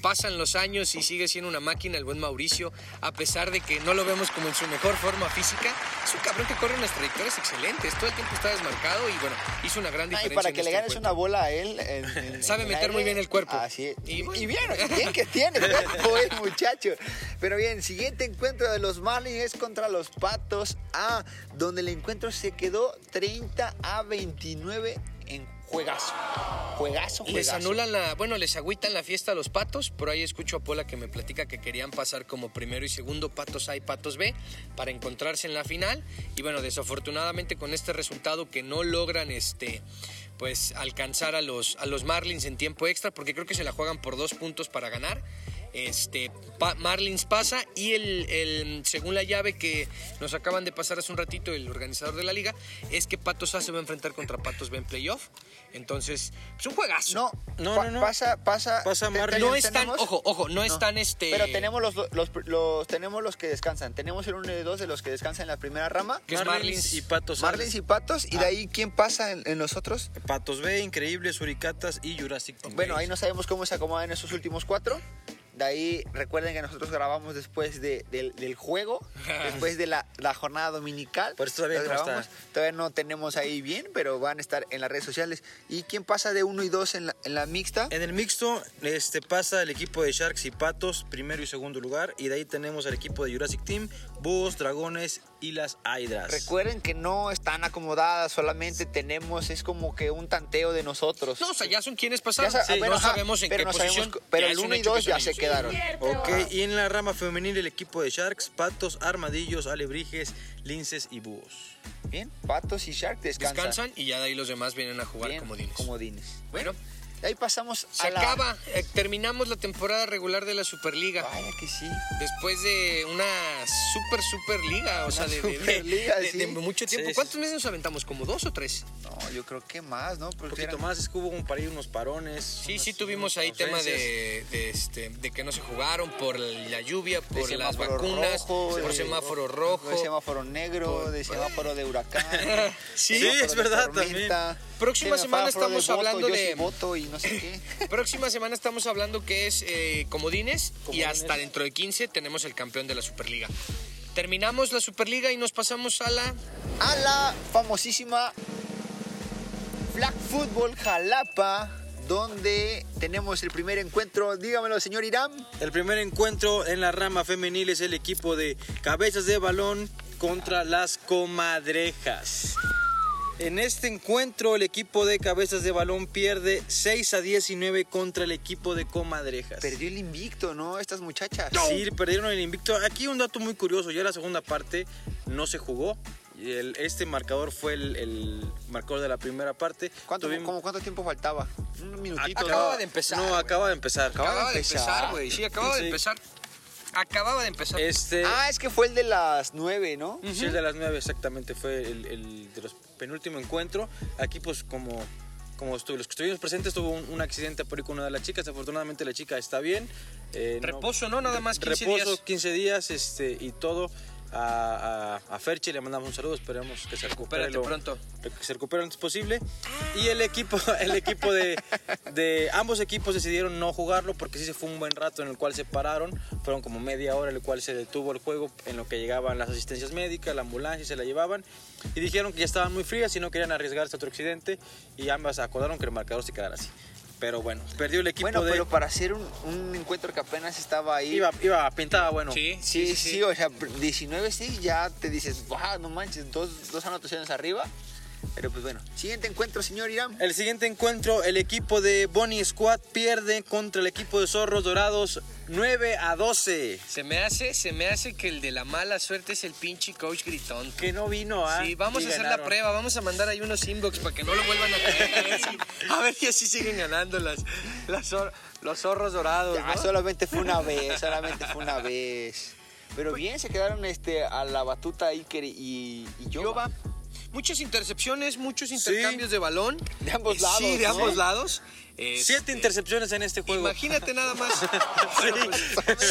Speaker 3: pasan los años y sigue siendo una máquina, el buen Mauricio, a pesar de que no lo vemos como en su mejor forma física, es un cabrón que corre unas trayectorias excelentes, todo el tiempo está desmarcado y bueno, hizo una gran
Speaker 2: Ah, y
Speaker 3: diferencia.
Speaker 2: para
Speaker 3: en
Speaker 2: que le
Speaker 3: este
Speaker 2: ganes una
Speaker 3: encuentro.
Speaker 2: bola a él. en- en-
Speaker 3: Sabe
Speaker 2: en
Speaker 3: meter
Speaker 2: aire.
Speaker 3: muy bien el cuerpo.
Speaker 2: Así es.
Speaker 3: Y
Speaker 2: Y,
Speaker 3: bueno.
Speaker 2: y bien, y bien que tiene cuerpo el muchacho. Pero bien, siguiente encuentro de los Marlins es contra los Patos A, donde el encuentro se quedó 30 a 29 en juegazo. Juegazo, juegazo.
Speaker 3: Les anulan la, bueno, les agüitan la fiesta a los patos. Por ahí escucho a Pola que me platica que querían pasar como primero y segundo patos A y patos B para encontrarse en la final. Y bueno, desafortunadamente con este resultado que no logran este pues alcanzar a los, a los Marlins en tiempo extra, porque creo que se la juegan por dos puntos para ganar. Este, pa- Marlins pasa y el, el- según la llave que nos acaban de pasar hace un ratito el organizador de la liga, es que Patos A se va a enfrentar contra Patos B en playoff. Entonces, es un juegazo.
Speaker 2: No,
Speaker 4: No,
Speaker 2: pa-
Speaker 4: no, no.
Speaker 2: pasa, pasa.
Speaker 4: Pasa
Speaker 2: te-
Speaker 4: Marlins.
Speaker 2: te-
Speaker 3: No están,
Speaker 2: tenemos-
Speaker 3: ojo, ojo, no, están este.
Speaker 2: Pero tenemos los, los, los- tenemos los que descansan. Tenemos el 1 y 2 de los que descansan en la primera rama.
Speaker 3: que es Marlins.
Speaker 4: y Patos.
Speaker 2: Marlins y Patos.
Speaker 3: Ah.
Speaker 2: Y de ahí, ¿quién pasa en, en los otros?
Speaker 4: Patos B, Increíbles, Suricatas y Jurassic Park.
Speaker 2: Bueno, ahí no sabemos cómo se acomodan esos últimos cuatro. De ahí, recuerden que nosotros grabamos después de- del, del juego, después de la, la jornada dominical.
Speaker 4: Por eso todavía
Speaker 2: Los
Speaker 4: no está.
Speaker 2: grabamos. Todavía no tenemos ahí bien, pero van a estar en las redes sociales. ¿Y quién pasa de uno y dos en la, en la mixta?
Speaker 4: En el mixto este, pasa el equipo de Sharks y Patos, primero y segundo lugar. Y de ahí tenemos al equipo de Jurassic Team, Búhos, Dragones y las Hydras.
Speaker 2: Recuerden que no están acomodadas, solamente tenemos, es como que un tanteo de nosotros.
Speaker 3: No, o sea, ya son quienes
Speaker 2: Ya
Speaker 3: pasaron.
Speaker 2: sa- ah,
Speaker 3: Sí,
Speaker 2: bueno,
Speaker 3: no
Speaker 2: ajá,
Speaker 3: sabemos en
Speaker 2: pero
Speaker 3: qué
Speaker 2: no sabemos
Speaker 3: posición.
Speaker 2: cu- pero
Speaker 3: ya
Speaker 2: el
Speaker 3: es un
Speaker 2: 1 y
Speaker 3: hecho que
Speaker 2: 2 ya
Speaker 3: son
Speaker 2: se
Speaker 3: ellos.
Speaker 2: quedaron.
Speaker 4: Ok, y en la rama femenil el equipo de Sharks, Patos, Armadillos, Alebrijes, Linces y Búhos.
Speaker 2: Bien, Patos y Shark descansan.
Speaker 3: Descansan y ya de ahí los demás vienen a jugar
Speaker 2: Bien,
Speaker 3: como dinos.
Speaker 2: comodines.
Speaker 3: Bueno,
Speaker 2: De ahí pasamos
Speaker 3: se
Speaker 2: a la-
Speaker 3: acaba. eh, terminamos la temporada regular de la Superliga.
Speaker 2: Vaya que sí.
Speaker 3: Después de una super, super liga, o sea, de, de- de-
Speaker 2: superliga,
Speaker 3: de-
Speaker 2: sí.
Speaker 3: de mucho tiempo.
Speaker 4: Sí, sí,
Speaker 3: ¿Cuántos
Speaker 4: sí.
Speaker 3: meses nos aventamos? ¿Como dos o tres?
Speaker 2: No, yo creo que más, ¿no? Porque
Speaker 4: Un poquito
Speaker 2: eran-
Speaker 4: más, es que hubo un par ahí unos parones.
Speaker 3: Sí,
Speaker 4: unas-
Speaker 3: sí tuvimos
Speaker 4: unas
Speaker 3: ahí tema
Speaker 4: ausencias.
Speaker 3: de, de, este, de que no se jugaron por la lluvia, por
Speaker 2: de
Speaker 3: las
Speaker 2: semáforo
Speaker 3: vacunas,
Speaker 2: rojo,
Speaker 3: por
Speaker 2: de-
Speaker 3: semáforo rojo.
Speaker 2: de semáforo negro,
Speaker 3: Por-
Speaker 2: de semáforo de huracán.
Speaker 3: Sí,
Speaker 2: semáforo
Speaker 4: es
Speaker 2: de
Speaker 4: verdad,
Speaker 2: tormenta,
Speaker 3: Próxima semana
Speaker 2: semáforo de
Speaker 3: estamos
Speaker 2: voto,
Speaker 3: hablando
Speaker 2: yo
Speaker 3: de-
Speaker 2: sí voto y no sé qué.
Speaker 3: Próxima semana estamos hablando que es eh, comodines, y
Speaker 4: Comodines.
Speaker 3: hasta dentro de 15 tenemos el campeón de la Superliga. Terminamos la Superliga y nos pasamos a la...
Speaker 2: A la famosísima Flag Football Jalapa, donde tenemos el primer encuentro. Dígamelo, señor Irán.
Speaker 4: El primer encuentro en la rama femenil es el equipo de Cabezas de Balón contra las Comadrejas. En este encuentro el equipo de Cabezas de Balón pierde 6 a 19 contra el equipo de Comadrejas.
Speaker 2: Perdió el invicto, ¿no? Estas muchachas.
Speaker 4: Sí, perdieron el invicto. Aquí un dato muy curioso, ya la segunda parte no se jugó. Y el- este marcador fue el, el marcador de la primera parte.
Speaker 2: ¿Cuánto,
Speaker 4: Tuvimos-
Speaker 2: como ¿Cuánto tiempo faltaba? Un minutito.
Speaker 3: Acaba
Speaker 2: ¿no?
Speaker 3: de empezar,
Speaker 4: No,
Speaker 3: güey.
Speaker 4: acaba de empezar.
Speaker 2: Acaba de empezar,
Speaker 3: güey. Sí, acaba de
Speaker 4: Sí.
Speaker 3: empezar. Acababa de empezar.
Speaker 4: Este,
Speaker 2: Ah, es que fue el de las nueve, ¿no?
Speaker 4: Sí, el de las nueve exactamente fue el, el de los penúltimo encuentro. Aquí pues como como estu- los que estuvimos presentes, tuvo un, un accidente por ahí con una de las chicas. Afortunadamente la chica está bien. eh,
Speaker 3: Reposo, ¿no? Nada más 15
Speaker 4: Reposo,
Speaker 3: días.
Speaker 4: 15 días este, y todo. A, a, a Ferchi le mandamos un saludo, esperemos que se recupere
Speaker 3: Recupérate pronto.
Speaker 4: que se recupere lo antes posible.
Speaker 2: Ah.
Speaker 4: Y el equipo, el equipo de, de ambos equipos decidieron no jugarlo porque sí se fue un buen rato en el cual se pararon. Fueron como media hora en el cual se detuvo el juego en lo que llegaban las asistencias médicas, la ambulancia y se la llevaban. Y dijeron que ya estaban muy frías y no querían arriesgarse a otro accidente. Y ambas acordaron que el marcador se quedara así. Pero bueno, perdió el equipo
Speaker 2: Bueno,
Speaker 4: de...
Speaker 2: pero para hacer un, un encuentro que apenas estaba ahí.
Speaker 4: Iba, iba, pintaba bueno.
Speaker 3: Sí,
Speaker 2: Sí, sí, o sea, 19-6 ya te dices, wow, no manches, dos, dos anotaciones arriba. Pero pues bueno, siguiente encuentro, señor Irán.
Speaker 4: El siguiente encuentro, el equipo de Bonnie Squad pierde contra el equipo de Zorros Dorados 9 a 12.
Speaker 3: Se me hace, se me hace que el de la mala suerte es el pinche coach gritón.
Speaker 4: Que no vino, ¿ah?
Speaker 3: Sí, vamos
Speaker 4: Y
Speaker 3: a hacer la
Speaker 4: ganaron.
Speaker 3: prueba, vamos a mandar ahí unos inbox para que no lo vuelvan a ¿eh? traer. A ver si, a ver si así siguen ganando las, las zor- los zorros dorados.
Speaker 2: Ah,
Speaker 3: ¿no?
Speaker 2: solamente fue una vez, solamente fue una vez. Pero
Speaker 3: Pues-
Speaker 2: bien, se quedaron este, a la batuta Iker y, y Yoba.
Speaker 3: Yoba. Muchas intercepciones, muchos intercambios de balón.
Speaker 2: De ambos
Speaker 3: Eh,
Speaker 2: lados,
Speaker 3: Sí, de
Speaker 2: ¿no?
Speaker 3: ambos lados.
Speaker 4: Siete
Speaker 3: Este,
Speaker 4: intercepciones en este juego.
Speaker 3: Imagínate nada más.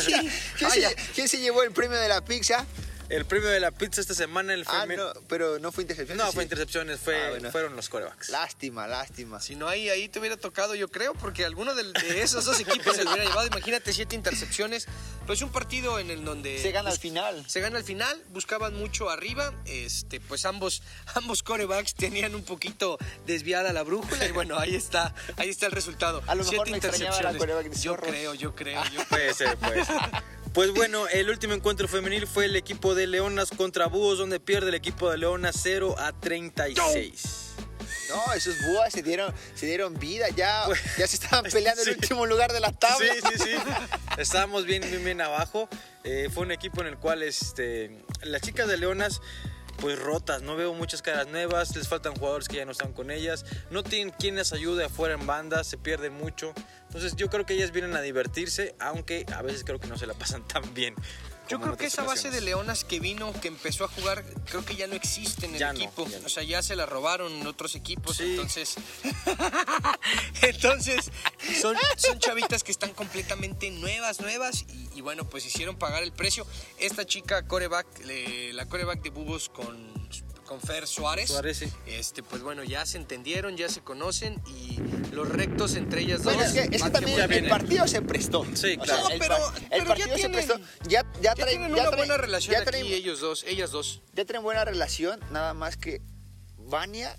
Speaker 2: ¿Quién, se, quién se llevó el premio de la pizza?
Speaker 4: El premio de la pizza esta semana, el
Speaker 2: Ah,
Speaker 4: femen-
Speaker 2: no, pero no fue intercepción.
Speaker 4: No,
Speaker 2: sí.
Speaker 4: fue intercepciones, fue,
Speaker 2: Ah, bueno.
Speaker 4: fueron los corebacks.
Speaker 2: Lástima, lástima.
Speaker 3: Si no, ahí, ahí te hubiera tocado, yo creo, porque alguno del- de, esos dos equipos se lo hubiera llevado. Imagínate siete intercepciones. Pues un partido en el donde.
Speaker 2: se gana al
Speaker 3: bus-
Speaker 2: final.
Speaker 3: Se gana al final, buscaban mucho arriba, este, pues ambos, ambos corebacks tenían un poquito desviada la brújula y bueno, ahí está, ahí está el resultado.
Speaker 2: A lo mejor
Speaker 3: Siete
Speaker 2: me extrañaba la
Speaker 3: intercepciones.
Speaker 2: coreback de
Speaker 3: Yo
Speaker 2: Zorros.
Speaker 3: creo, yo creo, yo creo.
Speaker 4: Puede ser, puede ser. Pues bueno, el último encuentro femenil fue el equipo de Leonas contra Búhos, donde pierde el equipo de Leonas 0 a 36.
Speaker 2: No, esos búhos se dieron, se dieron vida. Ya, ya se estaban peleando en
Speaker 4: Pues, Sí.
Speaker 2: el último lugar de la tabla.
Speaker 4: Sí, sí, sí. Estábamos bien, bien, bien abajo. Eh, fue un equipo en el cual este, las chicas de Leonas, pues rotas. No veo muchas caras nuevas. Les faltan jugadores que ya no están con ellas. No tienen quien les ayude afuera en banda. Se pierden mucho. Entonces yo creo que ellas vienen a divertirse, aunque a veces creo que no se la pasan tan bien.
Speaker 3: Yo
Speaker 4: como en
Speaker 3: creo
Speaker 4: otras
Speaker 3: que esa base de
Speaker 4: ocasiones.
Speaker 3: Leonas que vino, que empezó a jugar, creo que ya no existe en el
Speaker 4: Ya no,
Speaker 3: equipo.
Speaker 4: ya no.
Speaker 3: O sea, ya se la robaron otros equipos,
Speaker 4: Sí.
Speaker 3: entonces. entonces, son, son chavitas que están completamente nuevas, nuevas, y, y bueno, pues hicieron pagar el precio. Esta chica coreback, eh, la coreback de Bubos con, con Fer Suárez.
Speaker 4: Suárez, sí.
Speaker 3: Este, pues bueno, ya se entendieron, ya se conocen y los rectos entre ellas dos.
Speaker 2: Bueno, es que, es que
Speaker 3: van
Speaker 2: también
Speaker 3: vuelan.
Speaker 2: el
Speaker 4: viene.
Speaker 2: partido se prestó.
Speaker 4: ¿eh? Sí,
Speaker 2: O
Speaker 4: claro.
Speaker 2: el,
Speaker 3: No, pero-
Speaker 2: par- el
Speaker 3: pero ya
Speaker 2: partido
Speaker 3: tienen-
Speaker 2: se prestó. Ya, ya,
Speaker 3: Ya
Speaker 2: traen,
Speaker 3: tienen
Speaker 2: ya
Speaker 3: una
Speaker 2: traen-
Speaker 3: buena relación
Speaker 2: ya
Speaker 3: aquí
Speaker 2: traen-
Speaker 3: ellos dos, ellas dos.
Speaker 2: ya tienen buena relación, nada más que Vania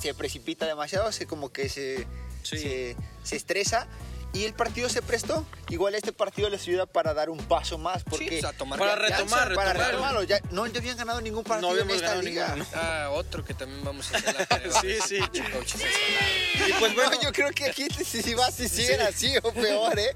Speaker 2: se precipita demasiado, se como que se,
Speaker 4: Sí.
Speaker 2: se, se estresa y el partido se prestó. Igual este partido les ayuda para dar un paso más porque
Speaker 3: o sea, tomar
Speaker 4: Para
Speaker 2: Ya- ya-
Speaker 4: retomar,
Speaker 2: para
Speaker 4: retomar.
Speaker 2: retomarlo, ya- no, ya habían ganado ningún partido en
Speaker 4: habíamos
Speaker 2: esta
Speaker 4: ganado
Speaker 2: liga.
Speaker 4: ninguno,
Speaker 3: Ah, otro que también vamos a hacer la prueba.
Speaker 4: Sí, sí.
Speaker 3: Coaches ensalada.
Speaker 4: Y pues bueno,
Speaker 2: No, yo creo que aquí si, si vas si siguen así o peor, ¿eh?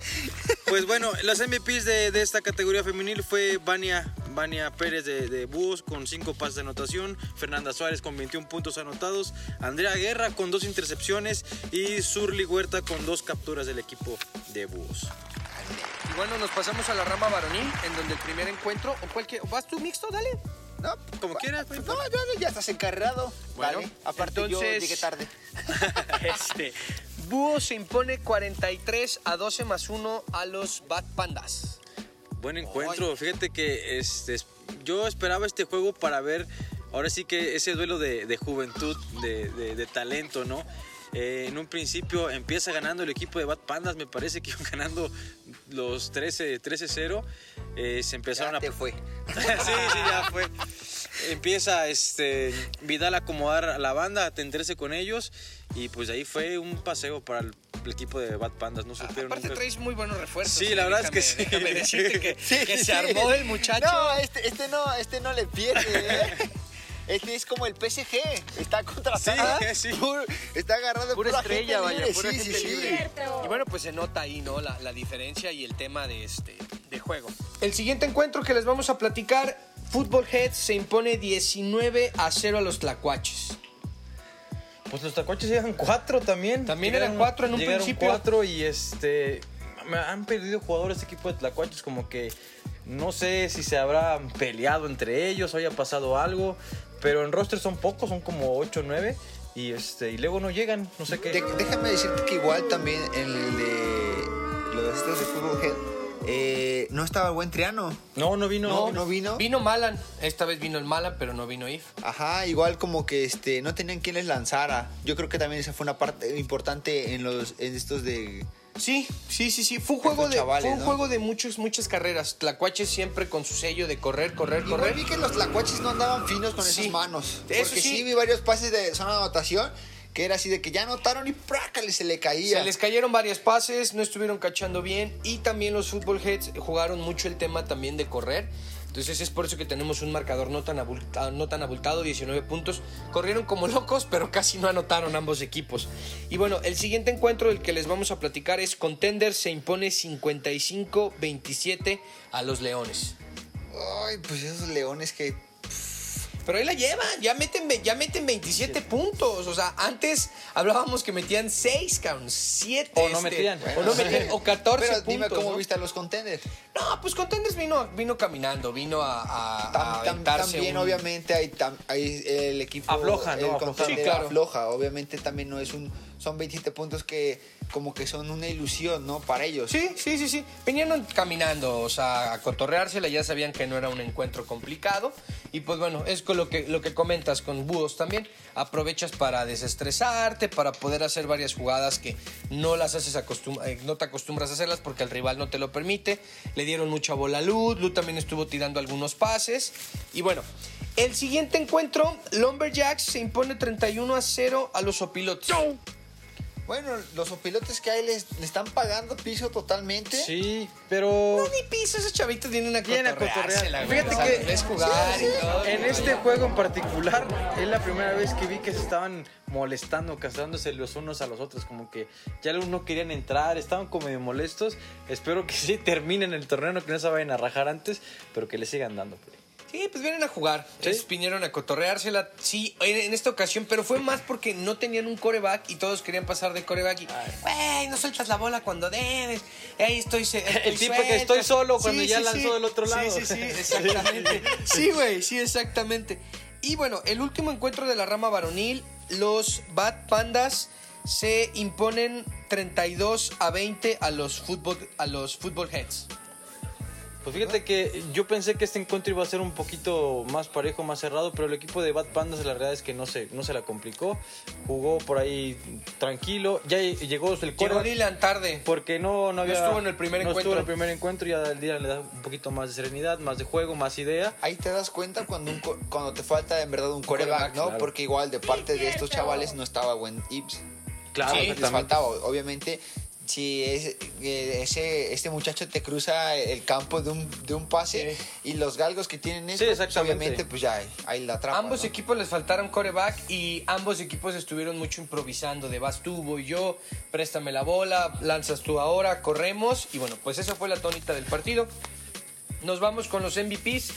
Speaker 4: Pues bueno, las MVPs de, de esta categoría femenil fue Vania, Vania Pérez de, de Búhos con 5 pases de anotación, Fernanda Suárez con 21 puntos anotados, Andrea Guerra con 2 intercepciones y Surly Huerta con 2 capturas del equipo de Búhos.
Speaker 3: Y bueno, nos pasamos a la rama varonil, en donde el primer encuentro, o cualquier. ¿Vas tú mixto? Dale.
Speaker 2: No,
Speaker 4: Como quieras, güey.
Speaker 2: No, ya, ya estás encarrerado.
Speaker 3: Bueno,
Speaker 2: Dale, aparte yo
Speaker 3: entonces-
Speaker 2: llegué tarde.
Speaker 3: Este. Búho se impone 43 a 12 más 1 a los Bad Pandas.
Speaker 4: Buen encuentro. Fíjate que este, es- yo esperaba este juego para ver ahora sí que ese duelo de, de juventud, de, de- de talento, ¿no? Eh, en un principio empieza ganando el equipo de Bad Pandas, me parece que iban ganando los 13 13-0. Eh, se empezaron
Speaker 2: Ya
Speaker 4: a
Speaker 2: te fue.
Speaker 4: sí, sí, ya fue. Empieza este, Vidal a acomodar a la banda, a atenderse con ellos. Y pues de ahí fue un paseo para el, el equipo de Bad Pandas. No
Speaker 2: Ah,
Speaker 4: supieron
Speaker 3: Aparte,
Speaker 4: nunca-
Speaker 3: traes muy buenos refuerzos.
Speaker 4: Sí,
Speaker 3: eh,
Speaker 4: la verdad es que
Speaker 3: déjame-
Speaker 4: sí.
Speaker 3: Déjame decirte que,
Speaker 2: Sí,
Speaker 3: que
Speaker 2: sí,
Speaker 3: se
Speaker 2: sí.
Speaker 3: armó el muchacho.
Speaker 2: No, este, este no, este no le pierde. ¿eh? Este es como el PSG, está contratado.
Speaker 4: Sí, sí.
Speaker 2: está agarrado
Speaker 3: Pura
Speaker 2: pura
Speaker 3: estrella,
Speaker 2: gente
Speaker 3: vaya,
Speaker 2: libre,
Speaker 3: pura
Speaker 2: sí,
Speaker 3: gente
Speaker 2: sí, sí.
Speaker 3: libre. Y bueno, pues se nota ahí, ¿no? La, la diferencia y el tema de este de juego. El siguiente encuentro que les vamos a platicar, Football Heads se impone 19 a 0 a los Tlacuaches.
Speaker 4: Pues los tacuaches llegan cuatro también.
Speaker 3: También eran cuatro en un
Speaker 4: llegaron
Speaker 3: principio.
Speaker 4: cuatro y este. me Han perdido jugadores este equipo de tlacuaches, como que no sé si se habrán peleado entre ellos, haya pasado algo, pero en roster son pocos, son como 8 o 9. Y, este, y luego no llegan, no sé qué.
Speaker 2: De- déjame decirte que igual también en el de los estos de Fútbol Head, eh, no estaba el buen Triano.
Speaker 4: no, no vino.
Speaker 2: No, no vino.
Speaker 3: Vino Malan, esta vez vino el Malan, pero no vino If.
Speaker 2: Ajá, igual como que este no tenían quien les lanzara. Yo creo que también esa fue una parte importante en los en estos de
Speaker 3: Sí, sí, sí, sí. Fue un juego
Speaker 2: Estos
Speaker 3: de,
Speaker 2: chavales,
Speaker 3: fue un
Speaker 2: ¿no?
Speaker 3: juego de muchos, muchas carreras. Tlacuache siempre con su sello de correr, correr,
Speaker 2: Igual
Speaker 3: correr.
Speaker 2: vi que los tlacuaches no andaban finos con
Speaker 3: Sí.
Speaker 2: esas manos.
Speaker 3: Eso
Speaker 2: porque
Speaker 3: sí.
Speaker 2: sí. vi varios pases de zona de anotación que era así de que ya anotaron y prácale se le caía.
Speaker 3: Se les cayeron varias pases, no estuvieron cachando bien y también los football heads jugaron mucho el tema también de correr. Entonces es por eso que tenemos un marcador no tan, abultado, no tan abultado, 19 puntos. Corrieron como locos, pero casi no anotaron ambos equipos. Y bueno, el siguiente encuentro del que les vamos a platicar es Contender se impone 55-27 a los Leones.
Speaker 2: Ay, pues esos leones que
Speaker 3: Pero ahí la llevan, ya meten, ve- ya meten 27 puntos. O sea, antes hablábamos que metían 6, cabrón, 7.
Speaker 4: O no metían.
Speaker 3: O no metían, o 14
Speaker 2: Pero
Speaker 3: puntos.
Speaker 2: dime cómo
Speaker 3: ¿no?
Speaker 2: viste a los contenders.
Speaker 3: No, pues Contenders vino, vino caminando, vino a, a, a
Speaker 2: Tam- tam-
Speaker 3: aventarse
Speaker 2: también
Speaker 3: un-
Speaker 2: obviamente hay, tam- hay el equipo
Speaker 4: Afloja, ¿no?
Speaker 2: el
Speaker 4: Afloja.
Speaker 2: contender
Speaker 3: Sí, claro.
Speaker 2: afloja. obviamente también no es un son 27 puntos que como que son una ilusión no para ellos
Speaker 3: Sí, sí, sí, sí. Vinieron caminando, o sea, a cotorreársela, ya sabían que no era un encuentro complicado. Y pues bueno, es con lo que, lo que comentas con búhos también. Aprovechas para desestresarte, para poder hacer varias jugadas que no las haces acostum- eh, no te acostumbras a hacerlas porque el rival no te lo permite. Le dieron mucha bola a Luz, Luz también estuvo tirando algunos pases. Y bueno, el siguiente encuentro, Lumberjacks se impone 31 a 0 a los Opilotes.
Speaker 2: bueno los opilotes que hay les, le están pagando piso totalmente
Speaker 4: Sí, pero
Speaker 3: Ni piso, esos chavitos vienen a
Speaker 4: Vienen a
Speaker 3: cotorreársela,
Speaker 4: cotorrear.
Speaker 3: güey.
Speaker 4: Fíjate
Speaker 3: O sea,
Speaker 4: que-
Speaker 3: ves jugar y todo.
Speaker 4: en este juego en particular es la primera vez que vi que se estaban molestando, castrándose los unos a los otros, como que ya algunos no querían entrar, estaban como medio molestos. Espero que sí terminen el torneo, no que no se vayan a rajar antes, pero que le sigan dando. play.
Speaker 3: Sí, pues vienen a jugar. Ellos vinieron a cotorreársela, sí, en, en esta ocasión, pero fue más porque no tenían un coreback y todos querían pasar de coreback y, güey, no sueltas la bola cuando debes. Ahí estoy. se- estoy
Speaker 4: tipo que estoy solo cuando ya lanzó del otro lado.
Speaker 3: Sí, sí, sí, exactamente. sí, güey, sí, exactamente. Y bueno, el último encuentro de la rama varonil, los Bad Pandas se imponen 32 a 20 a los fútbol, a los football heads.
Speaker 4: Pues fíjate que yo pensé que este encuentro iba a ser un poquito más parejo, más cerrado, pero el equipo de Bad Pandas la realidad es que no se, no se la complicó. Jugó por ahí tranquilo. Ya llegó el
Speaker 3: Llegó
Speaker 4: quarterback.
Speaker 3: Dylan tarde.
Speaker 4: Porque no, no había.
Speaker 3: estuvo en el primer
Speaker 4: no estuvo
Speaker 3: encuentro.
Speaker 4: en el primer encuentro y al día le da un poquito más de serenidad, más de juego, más idea.
Speaker 2: Ahí te das cuenta cuando, un co- cuando te falta en verdad un
Speaker 3: coreback,
Speaker 2: coreback, ¿no?
Speaker 4: claro.
Speaker 2: Porque igual de parte de estos chavales no estaba buen Ibs.
Speaker 4: Claro,
Speaker 2: Sí, les
Speaker 4: exactamente.
Speaker 2: faltaba. Obviamente, si es- eh, ese, este muchacho te cruza el campo de un, de un pase
Speaker 3: Sí.
Speaker 2: y los galgos que tienen eso,
Speaker 4: exactamente.
Speaker 2: obviamente, pues ya ahí- ahí la trampa.
Speaker 3: ambos equipos les faltaron coreback y ambos equipos estuvieron mucho improvisando de vas tú, voy yo, préstame la bola, lanzas tú ahora, corremos y bueno, pues esa fue la tónica del partido. Nos vamos con los MVPs.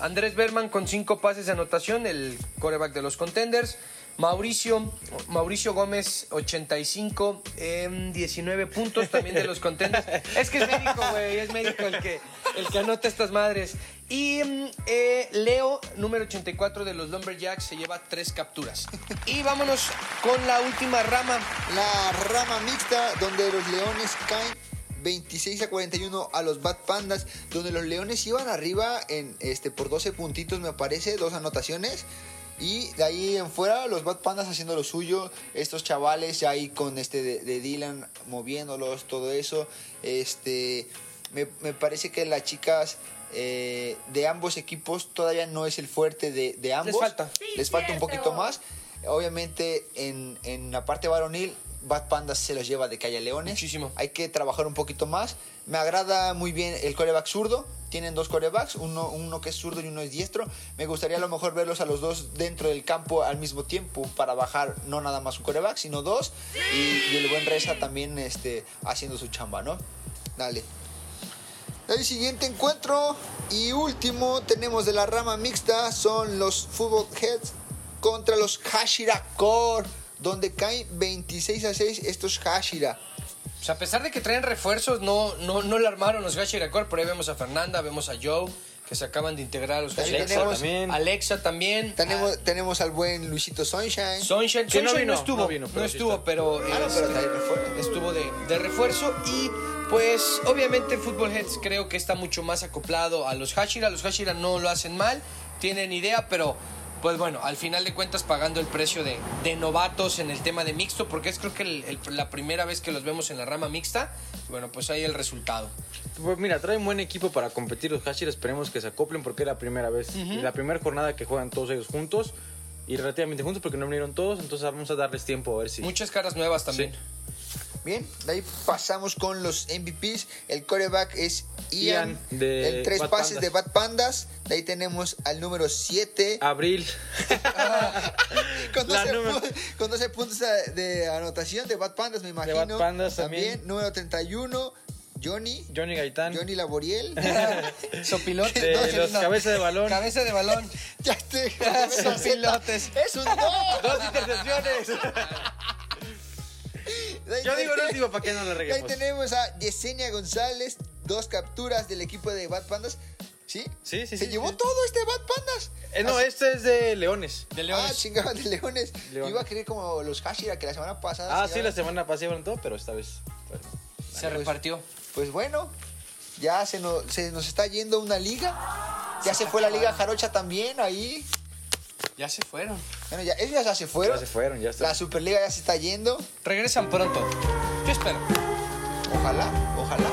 Speaker 3: Andrés Berman con cinco pases de anotación, el coreback de los contenders. Mauricio, Mauricio Gómez, 85, em, 19 puntos también de los contenders. Es que es médico, güey, es médico el que, el que anota estas madres. Y em, eh, Leo, número 84 de los Lumberjacks, se lleva tres capturas. Y vámonos con la última rama.
Speaker 2: La rama mixta donde los leones caen 26 a 41 a los Bad Pandas, donde los leones iban arriba en este por 12 puntitos me parece, dos anotaciones. Y de ahí en fuera los Bad Pandas haciendo lo suyo, estos chavales ya ahí con este de, de Dylan moviéndolos, todo eso. Este me, me parece que las chicas eh, de ambos equipos todavía no es el fuerte de, de ambos.
Speaker 3: falta.
Speaker 2: Les falta un poquito más. Obviamente en, en la parte varonil, Bad Pandas se los lleva de calle a Leones.
Speaker 3: Muchísimo.
Speaker 2: Hay que trabajar un poquito más. Me agrada muy bien el coreback zurdo. Tienen dos corebacks, uno, uno que es zurdo y uno es diestro. Me gustaría a lo mejor verlos a los dos dentro del campo al mismo tiempo para bajar no nada más un coreback, sino dos. Y, y el buen Reza también este, haciendo su chamba, ¿no? Dale. El siguiente encuentro y último tenemos de la rama mixta son los Football Heads contra los Hashira Core, donde caen 26 a 6 estos Hashira.
Speaker 3: Pues a pesar de que traen refuerzos, no, no, no la armaron los Gashi Record, por ahí vemos a Fernanda, vemos a Joe, que que se acaban de integrar. los
Speaker 2: También
Speaker 3: Alexa
Speaker 2: tenemos-
Speaker 3: también. Alexa también.
Speaker 4: Ah.
Speaker 2: Tenemos, tenemos al buen Luisito
Speaker 3: Ah,
Speaker 2: Sunshine.
Speaker 3: Sunshine,
Speaker 4: Que no
Speaker 3: Sunshine
Speaker 4: vino,
Speaker 3: no, estuvo.
Speaker 4: no
Speaker 3: No,
Speaker 4: vino, pero sí
Speaker 3: estuvo,
Speaker 4: está.
Speaker 3: pero,
Speaker 2: Ah, no, pero
Speaker 3: este,
Speaker 2: también fue.
Speaker 3: estuvo de, de refuerzo. Y pues, obviamente, Football Heads creo que está mucho más acoplado a los Hashira. Los Hashira no lo hacen mal, tienen idea, pero. Pues bueno, al final de cuentas pagando el precio de, de novatos en el tema de mixto, porque es creo que el- el- la primera vez que los vemos en la rama mixta, bueno, pues ahí el resultado.
Speaker 4: Pues mira, traen buen equipo para competir los Hashira. Esperemos que se acoplen porque es la primera vez. La primera jornada que juegan todos ellos juntos. Y relativamente juntos porque no vinieron todos. Entonces vamos a darles tiempo a ver si.
Speaker 3: Muchas caras nuevas también.
Speaker 4: Sí.
Speaker 2: Bien, de ahí pasamos con los MVPs. El coreback es Ian,
Speaker 4: Ian, de
Speaker 2: el tres
Speaker 4: Bad
Speaker 2: pases
Speaker 4: Pandas.
Speaker 2: de Bad Pandas. De ahí tenemos al número 7.
Speaker 4: Abril.
Speaker 2: con,
Speaker 4: la
Speaker 2: 12
Speaker 4: número-
Speaker 2: pu- con 12 puntos de- de anotación de Bad Pandas, me imagino.
Speaker 4: Bad Pandas también.
Speaker 2: Número 31, Johnny.
Speaker 4: Johnny Gaitán.
Speaker 2: Johnny Laboriel.
Speaker 3: Sopilote.
Speaker 4: De
Speaker 2: No, sí,
Speaker 4: los
Speaker 2: no.
Speaker 4: cabeza de balón.
Speaker 3: Cabeza de balón.
Speaker 2: ya te
Speaker 3: Ah, Son pilotes.
Speaker 2: Es un no.
Speaker 4: Dos intercepciones.
Speaker 2: De ahí
Speaker 4: Yo digo no,
Speaker 2: tenemos-
Speaker 4: digo para qué no la
Speaker 2: de Ahí
Speaker 4: reguemos.
Speaker 2: tenemos a Yesenia González, dos capturas del equipo de Bad Pandas. ¿Sí?
Speaker 4: Sí, sí,
Speaker 2: Se
Speaker 4: sí,
Speaker 2: llevó
Speaker 4: sí.
Speaker 2: todo este Bad Pandas.
Speaker 4: Eh, no, este es de Leones.
Speaker 3: De
Speaker 2: Ah,
Speaker 3: Leones.
Speaker 2: chingada de leones.
Speaker 4: Leones.
Speaker 2: Iba a querer como los Hashira que la semana pasada.
Speaker 4: Ah, sí, la
Speaker 2: llevaron.
Speaker 4: semana pasada iban todo, pero esta vez. bueno.
Speaker 3: se repartió.
Speaker 2: Pues bueno, ya se nos, se nos está yendo una liga. Ya
Speaker 4: Ah,
Speaker 2: se fue la Liga Jarocha también ahí.
Speaker 3: Ya se fueron.
Speaker 2: Bueno, ya, ellos ya se fueron.
Speaker 4: Ya se fueron, ya está.
Speaker 2: La Superliga ya se está yendo.
Speaker 3: Regresan pronto. Yo espero.
Speaker 2: Ojalá, ojalá.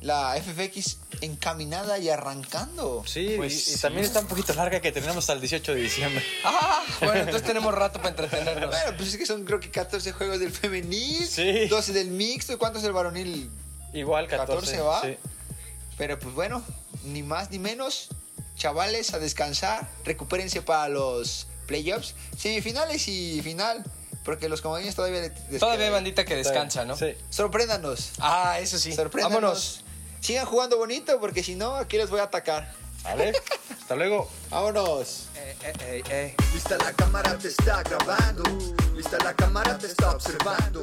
Speaker 2: La FFX encaminada y arrancando.
Speaker 4: Sí,
Speaker 3: Pues
Speaker 4: y, y
Speaker 3: sí.
Speaker 4: también está un poquito larga que tenemos hasta el 18 de diciembre.
Speaker 3: Ah, bueno, entonces tenemos rato para entretenernos.
Speaker 2: Bueno, pues es que son creo que 14 juegos del femenil,
Speaker 4: Sí.
Speaker 2: 12 del mixto, ¿y cuántos del varonil?
Speaker 4: Igual 14.
Speaker 2: 14 va.
Speaker 4: sí.
Speaker 2: Pero pues bueno, ni más ni menos. Chavales, a descansar, recupérense para los playoffs, semifinales y final, porque los comodines todavía... les- les
Speaker 3: Todavía hay
Speaker 2: queda.
Speaker 3: bandita que descansa, ¿no?
Speaker 4: Sí.
Speaker 2: Sorpréndanos,
Speaker 3: Ah, eso sí.
Speaker 2: sorpréndanos.
Speaker 3: Vámonos.
Speaker 2: Sigan jugando bonito, porque si no, aquí les voy a atacar.
Speaker 4: Vale. Hasta luego.
Speaker 2: Vámonos.
Speaker 5: Lista la cámara, te está grabando. Lista la cámara, te está observando.